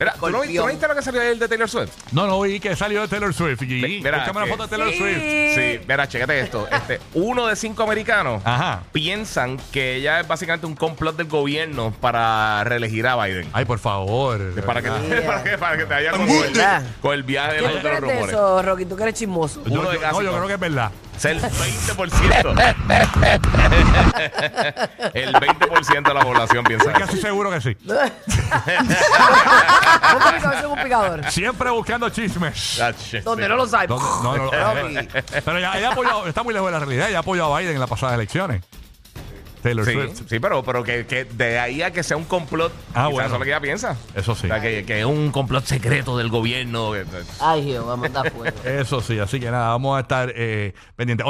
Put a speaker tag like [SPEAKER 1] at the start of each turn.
[SPEAKER 1] Mira, ¿tú no, vi- tú no viste lo que salió el de Taylor Swift?
[SPEAKER 2] No, no vi que salió de Taylor Swift. Y
[SPEAKER 1] Mira,
[SPEAKER 2] Búscame
[SPEAKER 1] que-
[SPEAKER 2] una foto de Taylor Swift.
[SPEAKER 1] Sí, mira, chécate esto. Este, uno de cinco americanos
[SPEAKER 2] Ajá.
[SPEAKER 1] piensan que ella es básicamente un complot del gobierno para reelegir a Biden.
[SPEAKER 2] Ay, por favor.
[SPEAKER 1] Para que,
[SPEAKER 3] Yeah.
[SPEAKER 1] para que, para que te vaya con,
[SPEAKER 3] Embustera.
[SPEAKER 1] el- con el viaje de
[SPEAKER 3] ¿Qué
[SPEAKER 1] los, de los
[SPEAKER 3] opinas de
[SPEAKER 1] rumores.
[SPEAKER 3] eso, Rocky? ¿Tú que eres chismoso?
[SPEAKER 2] Yo,
[SPEAKER 1] Uno de
[SPEAKER 2] yo-
[SPEAKER 1] casi
[SPEAKER 2] no, yo
[SPEAKER 1] todos.
[SPEAKER 2] creo que es verdad.
[SPEAKER 1] Es el 20%. el 20% de la población piensa
[SPEAKER 2] Estoy
[SPEAKER 1] eso.
[SPEAKER 2] casi seguro que sí.
[SPEAKER 3] ¿Cómo que mi cabeza es un picador?
[SPEAKER 2] Siempre buscando chismes.
[SPEAKER 1] Ah, shit,
[SPEAKER 3] Donde
[SPEAKER 1] sí.
[SPEAKER 3] no lo sabes.
[SPEAKER 2] No, no, no, no.
[SPEAKER 3] Rocky.
[SPEAKER 2] Pero ya, ella apoyó- está muy lejos de la realidad. Ella apoyó a Biden en las pasadas elecciones. Taylor
[SPEAKER 1] Sí,
[SPEAKER 2] Swift.
[SPEAKER 1] sí, pero, pero que, que de ahí a que sea un complot,
[SPEAKER 2] Ah,
[SPEAKER 1] quizás
[SPEAKER 2] bueno.
[SPEAKER 1] eso es lo que ella piensa.
[SPEAKER 2] Eso sí.
[SPEAKER 1] O sea, que, que es un complot secreto del gobierno. que- pues,
[SPEAKER 3] Ay, Jehová, manda fuego.
[SPEAKER 2] Eso sí. Así que nada, vamos a estar eh, pendientes.